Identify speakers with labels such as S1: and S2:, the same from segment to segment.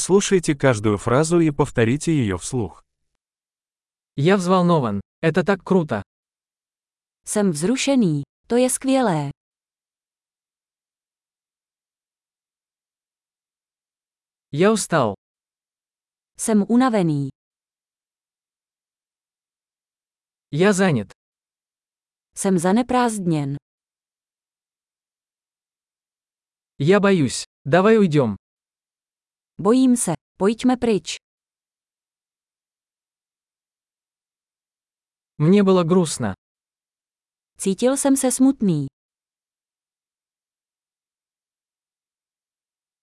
S1: Прослушайте каждую фразу и повторите ее вслух.
S2: Я взволнован. Это так круто.
S3: Jsem vzrušený, to je skvělé.
S2: Я устал.
S3: Jsem unavený.
S2: Я занят.
S3: Jsem zaneprázdněn.
S2: Я боюсь. Давай уйдем.
S3: Bojím se. Pojďme pryč.
S2: Мне было грустно.
S3: Cítil jsem se smutný.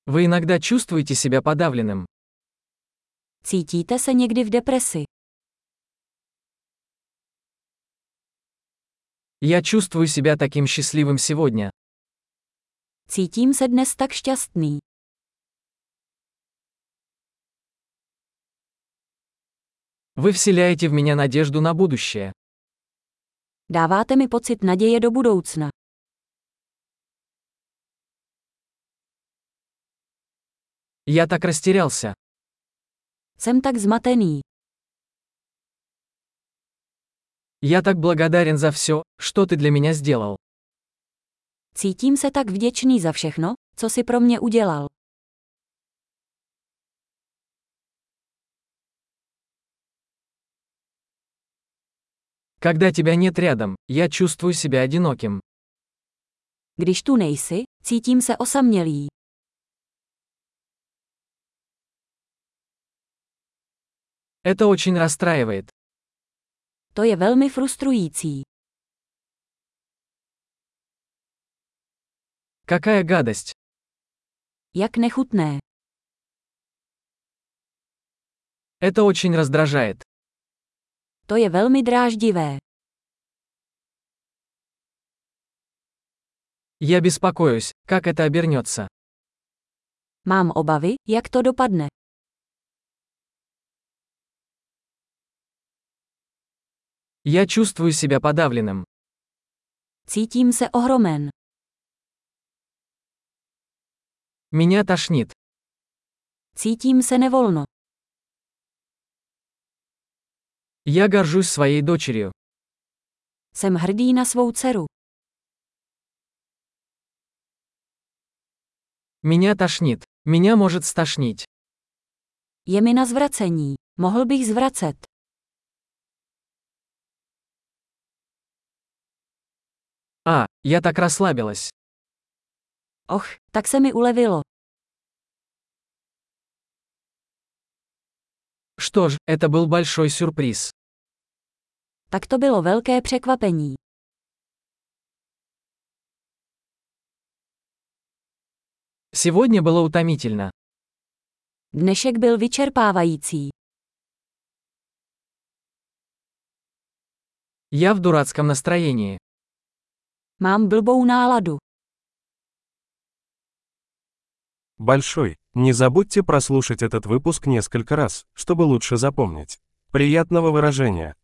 S2: Вы иногда чувствуете себя подавленным.
S3: Cítíte se někdy v depresi.
S2: Я чувствую себя таким счастливым сегодня.
S3: Cítím se dnes tak šťastný.
S2: Вы вселяете в меня надежду на будущее.
S3: Dáváte mi pocit naděje do budoucna.
S2: Я так растерялся.
S3: Jsem tak zmatený.
S2: Я так благодарен за все, что ты для меня сделал.
S3: Cítím se tak vděčný za všechno, co si pro mě udělal.
S2: Когда тебя нет рядом, я чувствую себя одиноким.
S3: Když tu nejsi, cítím se osamělý.
S2: Это очень расстраивает.
S3: To je velmi frustrující.
S2: Какая гадость.
S3: Jak nechutné.
S2: Это очень раздражает.
S3: To je velmi dráždivé.
S2: Я беспокоюсь, как это обернется.
S3: Mám obavy, jak to dopadne.
S2: Я чувствую себя подавленным.
S3: Cítím se ohromen.
S2: Меня тошнит.
S3: Cítím se nevolno.
S2: Я горжусь своей дочерью.
S3: Jsem hrdý na svou dceru.
S2: Меня тошнит. Меня может стошнить.
S3: Je mi na zvracení. Mohl bych zvracet.
S2: А, я так расслабилась.
S3: Och, tak se mi ulevilo.
S2: Что ж, это был большой сюрприз.
S3: Tak to bylo velké překvapení.
S2: Сегодня было утомительно.
S3: Dnešek byl vyčerpávající.
S2: Я в дурацком настроении.
S3: Mám blbou náladu.
S1: Большой. Не забудьте прослушать этот выпуск несколько раз, чтобы лучше запомнить. Приятного выражения!